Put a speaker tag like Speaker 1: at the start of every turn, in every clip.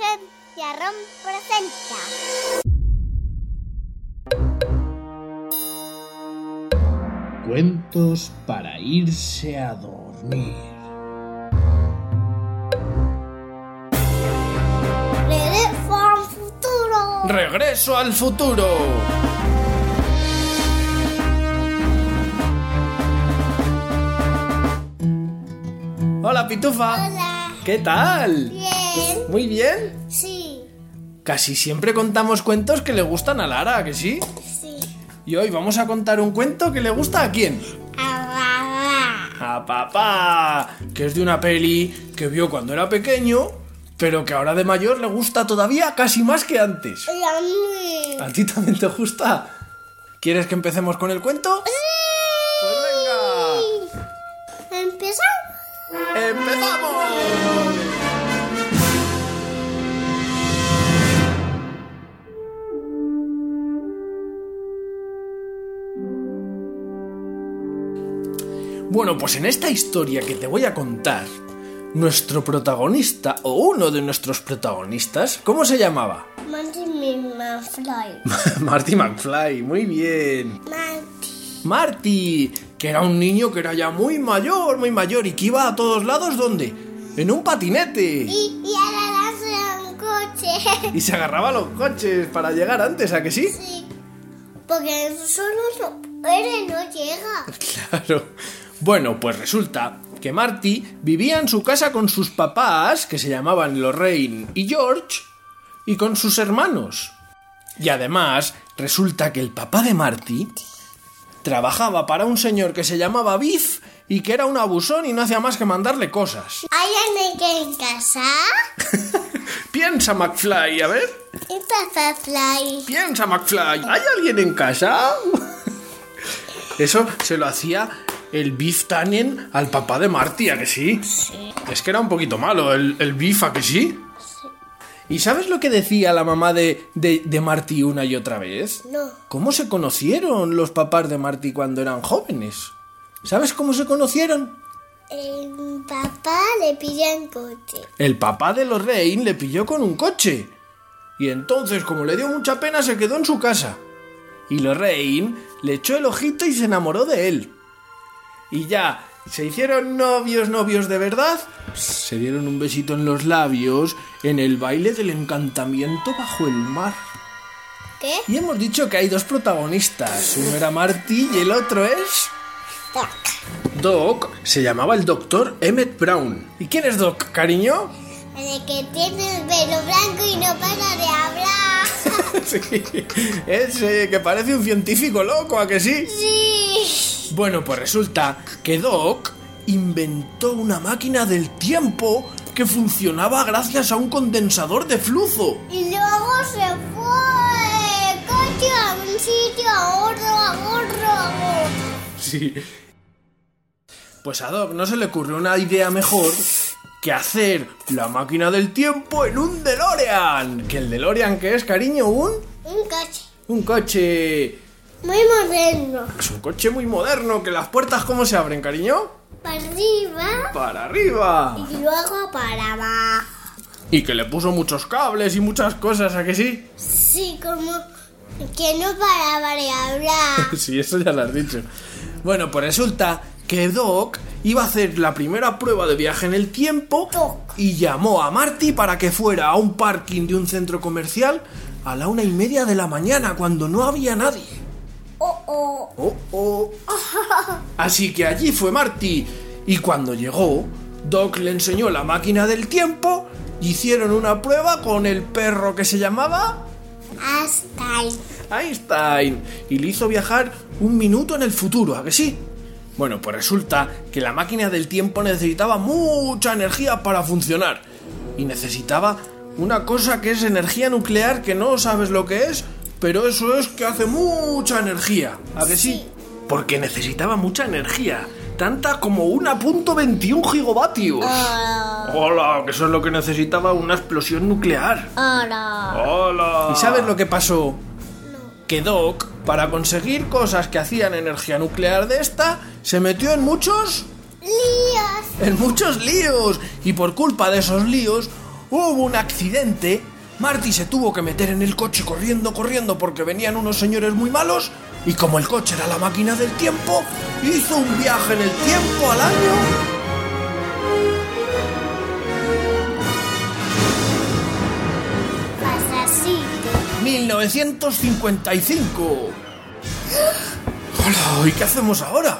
Speaker 1: Villarrón presenta.
Speaker 2: Cuentos para irse a dormir.
Speaker 1: Regreso al futuro.
Speaker 2: ¡Regreso al futuro! Hola, Pitufa.
Speaker 1: Hola.
Speaker 2: ¿Qué tal?
Speaker 1: Bien.
Speaker 2: ¿Muy bien?
Speaker 1: Sí.
Speaker 2: Casi siempre contamos cuentos que le gustan a Lara, ¿que sí?
Speaker 1: Sí.
Speaker 2: Y hoy vamos a contar un cuento que le gusta a quién?
Speaker 1: Ah, ah, ah.
Speaker 2: a papá, que es de una peli que vio cuando era pequeño, pero que ahora de mayor le gusta todavía casi más que antes.
Speaker 1: Y a mí.
Speaker 2: ¿A ti también te gusta? ¿Quieres que empecemos con el cuento? ¡Pues
Speaker 1: Empieza.
Speaker 2: venga! ¡Empezamos! Bueno, pues en esta historia que te voy a contar, nuestro protagonista o uno de nuestros protagonistas, ¿cómo se llamaba?
Speaker 1: Monty mi Manfly.
Speaker 2: Marty McFly, muy bien.
Speaker 1: Monty.
Speaker 2: Marty, que era un niño que era ya muy mayor, muy mayor y que iba a todos lados, ¿dónde? En un patinete.
Speaker 1: Y, y ahora lanza un coche.
Speaker 2: Y se agarraba a los coches para llegar antes, ¿a que sí?
Speaker 1: sí. Porque solo no puede, no llega.
Speaker 2: Claro. Bueno, pues resulta que Marty vivía en su casa con sus papás, que se llamaban Lorraine y George, y con sus hermanos. Y además, resulta que el papá de Marty trabajaba para un señor que se llamaba Biff y que era un abusón y no hacía más que mandarle cosas.
Speaker 1: ¿Hay alguien en casa?
Speaker 2: Piensa, McFly, a ver.
Speaker 1: Y papá Fly.
Speaker 2: Piensa, McFly. ¿Hay alguien en casa? Eso se lo hacía el Biff Tannen al papá de Marty, ¿a que sí?
Speaker 1: Sí.
Speaker 2: Es que era un poquito malo el, el Biff, ¿a que sí? ¿Y sabes lo que decía la mamá de, de, de Marty una y otra vez?
Speaker 1: No.
Speaker 2: ¿Cómo se conocieron los papás de Marty cuando eran jóvenes? ¿Sabes cómo se conocieron?
Speaker 1: El papá le pide un coche.
Speaker 2: El papá de Lorraine le pilló con un coche. Y entonces, como le dio mucha pena, se quedó en su casa. Y Lorraine le echó el ojito y se enamoró de él. Y ya, se hicieron novios, novios de verdad. Se dieron un besito en los labios en el baile del encantamiento bajo el mar.
Speaker 1: ¿Qué?
Speaker 2: Y hemos dicho que hay dos protagonistas. Uno era Marty y el otro es... Doc se llamaba el doctor Emmett Brown. ¿Y quién es Doc, cariño?
Speaker 1: El que tiene el pelo blanco y no para de hablar.
Speaker 2: Sí, ese que parece un científico loco, ¿a que sí?
Speaker 1: Sí.
Speaker 2: Bueno, pues resulta que Doc inventó una máquina del tiempo que funcionaba gracias a un condensador de flujo.
Speaker 1: Y luego se fue el coche a un sitio, a otro, a otro, a otro.
Speaker 2: Sí. Pues a Doc no se le ocurrió una idea mejor que hacer la máquina del tiempo en un DeLorean. ¿Que el DeLorean qué es, cariño? ¿Un?
Speaker 1: Un coche.
Speaker 2: Un coche...
Speaker 1: Muy moderno.
Speaker 2: Es un coche muy moderno, que las puertas cómo se abren, cariño?
Speaker 1: Para arriba
Speaker 2: Para arriba.
Speaker 1: y luego para abajo.
Speaker 2: Y que le puso muchos cables y muchas cosas, ¿a que sí?
Speaker 1: Sí, como que no paraba de hablar.
Speaker 2: Sí, eso ya lo has dicho. Bueno, pues resulta que Doc iba a hacer la primera prueba de viaje en el tiempo
Speaker 1: Doc.
Speaker 2: y llamó a Marty para que fuera a un parking de un centro comercial a la una y media de la mañana cuando no había nadie.
Speaker 1: Oh, oh.
Speaker 2: Oh, oh. Así que allí fue Marty. Y cuando llegó, Doc le enseñó la máquina del tiempo. Hicieron una prueba con el perro que se llamaba
Speaker 1: Hasta ahí.
Speaker 2: Einstein. Y le hizo viajar un minuto en el futuro, ¿a que sí? Bueno, pues resulta que la máquina del tiempo necesitaba mucha energía para funcionar. Y necesitaba una cosa que es energía nuclear que no sabes lo que es, pero eso es que hace mucha energía. ¿A que sí?
Speaker 1: Sí.
Speaker 2: Porque necesitaba mucha energía. Tanta como 1.21 gigavatios.
Speaker 1: Ah. Hola.
Speaker 2: Hola, que eso es lo que necesitaba una explosión nuclear.
Speaker 1: Hola.
Speaker 2: Hola. ¿Y sabes lo que pasó? Que Doc, para conseguir cosas que hacían energía nuclear de esta, se metió en muchos,
Speaker 1: Líos.
Speaker 2: en muchos líos. Y por culpa de esos líos, hubo un accidente, Marty se tuvo que meter en el coche corriendo, corriendo porque venían unos señores muy malos y como el coche era la máquina del tiempo, hizo un viaje en el tiempo al año
Speaker 1: Pasacito.
Speaker 2: 1955. Hola, ¿y qué hacemos ahora?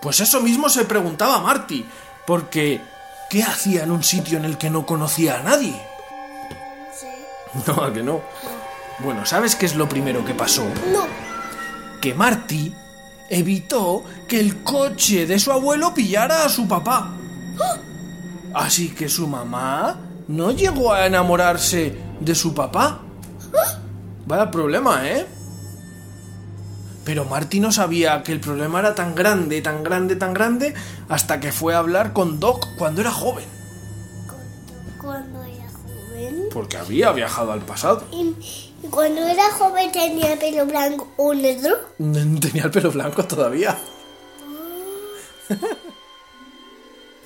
Speaker 2: Pues eso mismo se preguntaba Marty, porque ¿qué hacía en un sitio en el que no conocía a nadie?
Speaker 1: Sí.
Speaker 2: No, ¿a que no. Bueno, ¿sabes qué es lo primero que pasó?
Speaker 1: No.
Speaker 2: Que Marty evitó que el coche de su abuelo pillara a su papá. Así que su mamá no llegó a enamorarse de su papá. Vaya problema, ¿eh? Pero Marty no sabía que el problema era tan grande, tan grande, tan grande, hasta que fue a hablar con Doc cuando era joven.
Speaker 1: Cuando, cuando era joven.
Speaker 2: Porque había viajado al pasado.
Speaker 1: Y y cuando era joven tenía pelo blanco o negro.
Speaker 2: No Tenía el pelo blanco todavía.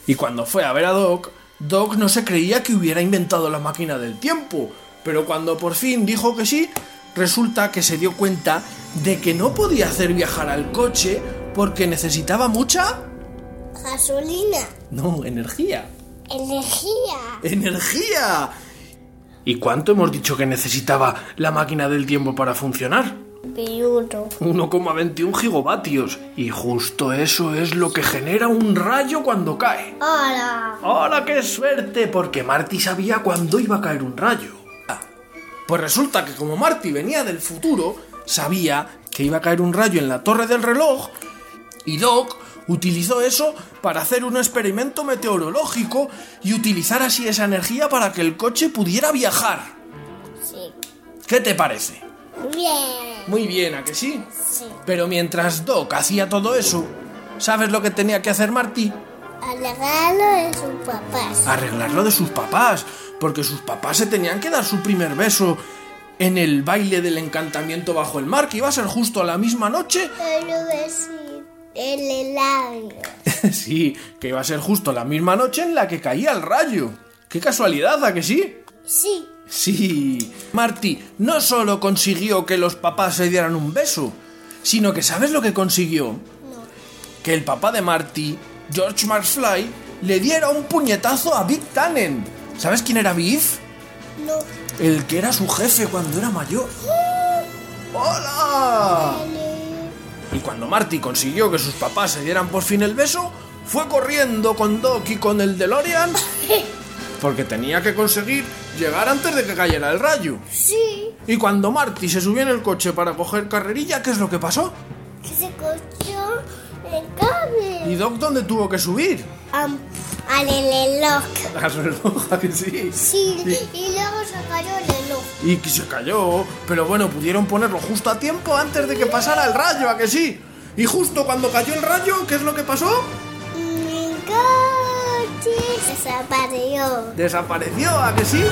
Speaker 2: y cuando fue a ver a Doc, Doc no se creía que hubiera inventado la máquina del tiempo. Pero cuando por fin dijo que sí, resulta que se dio cuenta de que no podía hacer viajar al coche porque necesitaba mucha...
Speaker 1: Gasolina.
Speaker 2: No, energía.
Speaker 1: Energía.
Speaker 2: ¡Energía! ¿Y cuánto hemos dicho que necesitaba la máquina del tiempo para funcionar?
Speaker 1: Peludo.
Speaker 2: 1,21 gigavatios. Y justo eso es lo que genera un rayo cuando cae.
Speaker 1: Hola.
Speaker 2: ¡Hola, qué suerte! Porque Marty sabía cuándo iba a caer un rayo. Ah, Pues resulta que como Marty venía del futuro, sabía que iba a caer un rayo en la torre del reloj y Doc utilizó eso para hacer un experimento meteorológico y utilizar así esa energía para que el coche pudiera viajar.
Speaker 1: Sí.
Speaker 2: ¿Qué te parece?
Speaker 1: Bien.
Speaker 2: Muy bien, ¿a que sí?
Speaker 1: Sí.
Speaker 2: Pero mientras Doc hacía todo eso, ¿sabes lo que tenía que hacer Marty?
Speaker 1: Alegalo de sus papás.
Speaker 2: arreglarlo de sus papás, porque sus papás se tenían que dar su primer beso en el baile del encantamiento bajo el mar, que iba a ser justo a la misma noche.
Speaker 1: Pero besito. El helado.
Speaker 2: sí, que iba a ser justo la misma noche en la que caía el rayo. ¡Qué casualidad, a que sí!
Speaker 1: Sí.
Speaker 2: Sí, Marty no solo consiguió que los papás se dieran un beso, sino que ¿sabes lo que consiguió? Que el papá de Marty, George Marshfly, le diera un puñetazo a Big Tannen. ¿Sabes quién era Biff?
Speaker 1: No.
Speaker 2: El que era su jefe cuando era mayor. ¡Hola!
Speaker 1: Ale.
Speaker 2: Y cuando Marty consiguió que sus papás se dieran por fin el beso, fue corriendo con Doc y con el DeLorean porque tenía que conseguir llegar antes de que cayera el rayo.
Speaker 1: Sí.
Speaker 2: Y cuando Marty se subió en el coche para coger carrerilla, ¿qué es lo que pasó?
Speaker 1: Que se cogió el cable.
Speaker 2: ¿Y Doc dónde tuvo que subir?
Speaker 1: Am- al reloj.
Speaker 2: Al reloj, ¿a que sí.
Speaker 1: Sí. Y luego se cayó el reloj.
Speaker 2: Y que se cayó, pero bueno, pudieron ponerlo justo a tiempo antes de que pasara el rayo, ¿a que sí? Y justo cuando cayó el rayo, ¿qué es lo que pasó?
Speaker 1: Mi coche desapareció.
Speaker 2: Desapareció, ¿a que sí?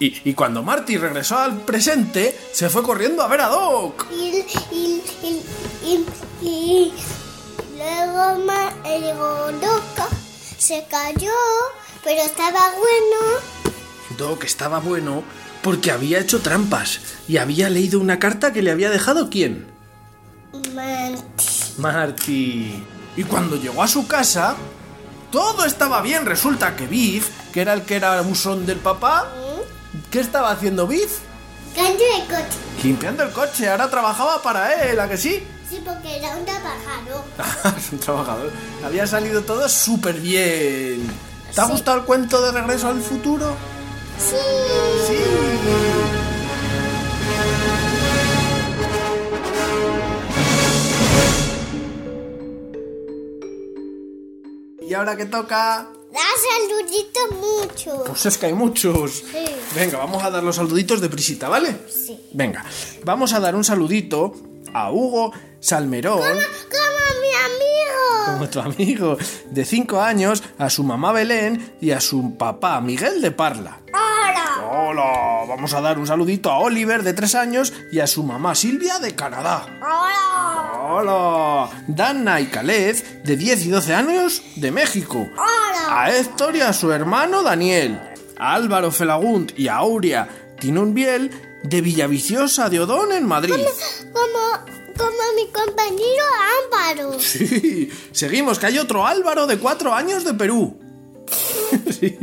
Speaker 2: Y, y cuando Marty regresó al presente, se fue corriendo a ver a Doc.
Speaker 1: Y, y, y, y, y luego ma- el loca se cayó, pero estaba bueno.
Speaker 2: Doc estaba bueno porque había hecho trampas y había leído una carta que le había dejado quién.
Speaker 1: Mantis.
Speaker 2: Marty. Y cuando llegó a su casa, todo estaba bien. Resulta que Biff, que era el que era abusón del papá, ¿qué estaba haciendo Biff?
Speaker 1: Cayó el coche.
Speaker 2: Limpiando el coche, ahora trabajaba para él, ¿a que sí?
Speaker 1: Sí, porque era un trabajador.
Speaker 2: es un trabajador. Había salido todo súper bien. ¿Te ha
Speaker 1: Sí.
Speaker 2: gustado el cuento de Regreso al Futuro?
Speaker 1: Sí.
Speaker 2: Sí. ¿Y ahora qué toca?
Speaker 1: Da saludito mucho.
Speaker 2: Pues es que hay muchos.
Speaker 1: Sí.
Speaker 2: Venga, vamos a dar los saluditos de prisita, ¿vale?
Speaker 1: Sí.
Speaker 2: Venga, vamos a dar un saludito a Hugo Salmerón,
Speaker 1: Como mi amigo.
Speaker 2: como tu amigo de 5 años, a su mamá Belén y a su papá Miguel de Parla.
Speaker 1: Ahora.
Speaker 2: Hola, vamos a dar un saludito a Oliver de 3 años y a su mamá Silvia de Canadá.
Speaker 1: Hola.
Speaker 2: Hola, Dana y Caled de 10 y 12 años de México.
Speaker 1: Hola.
Speaker 2: A Héctor y a su hermano Daniel. A Álvaro Felagunt y a Aurea Tinón Biel de Villaviciosa de Odón en Madrid.
Speaker 1: Como, como mi compañero Ámparo.
Speaker 2: Sí, seguimos, que hay otro Álvaro de 4 años de Perú. Sí.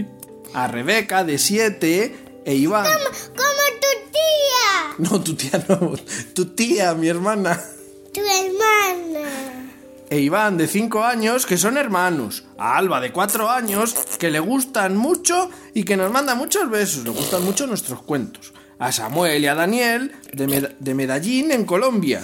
Speaker 2: A Rebeca de 7 e Iván.
Speaker 1: Como tu tía.
Speaker 2: No, tu tía no, tu tía, mi hermana.
Speaker 1: Tu hermana.
Speaker 2: E Iván de 5 años, que son hermanos. A Alba de 4 años, que le gustan mucho y que nos manda muchos besos. Le gustan mucho nuestros cuentos. A Samuel y a Daniel de, Meda- de Medellín, en Colombia.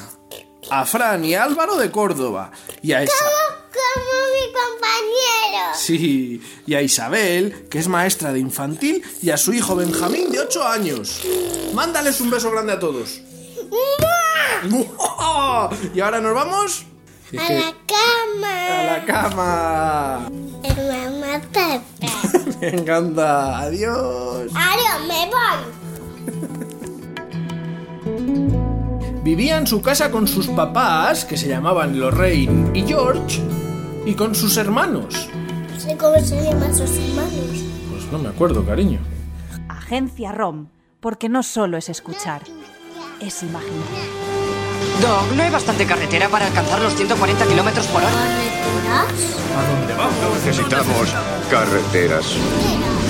Speaker 2: A Fran y a Álvaro de Córdoba. Y a esa.
Speaker 1: Como, como mi compañero.
Speaker 2: Sí, y a Isabel, que es maestra de infantil, y a su hijo Benjamín de 8 años. Mándales un beso grande a todos. Y ahora nos vamos Es
Speaker 1: A
Speaker 2: que-
Speaker 1: la cama.
Speaker 2: a la cama.
Speaker 1: El mamá Pepe.
Speaker 2: Me encanta. Adiós.
Speaker 1: Adiós, me voy.
Speaker 2: Vivía en su casa con sus papás, que se llamaban Lorraine y George, y con sus hermanos.
Speaker 1: No sé cómo se llaman sus hermanos.
Speaker 2: Pues no me acuerdo, cariño.
Speaker 3: Agencia ROM, porque no solo es escuchar, es imaginar.
Speaker 4: Doc, no hay bastante carretera para alcanzar los 140 kilómetros por hora.
Speaker 1: ¿Correctoras?
Speaker 2: ¿A dónde vamos?
Speaker 5: Necesitamos carreteras.
Speaker 1: ¿Qué?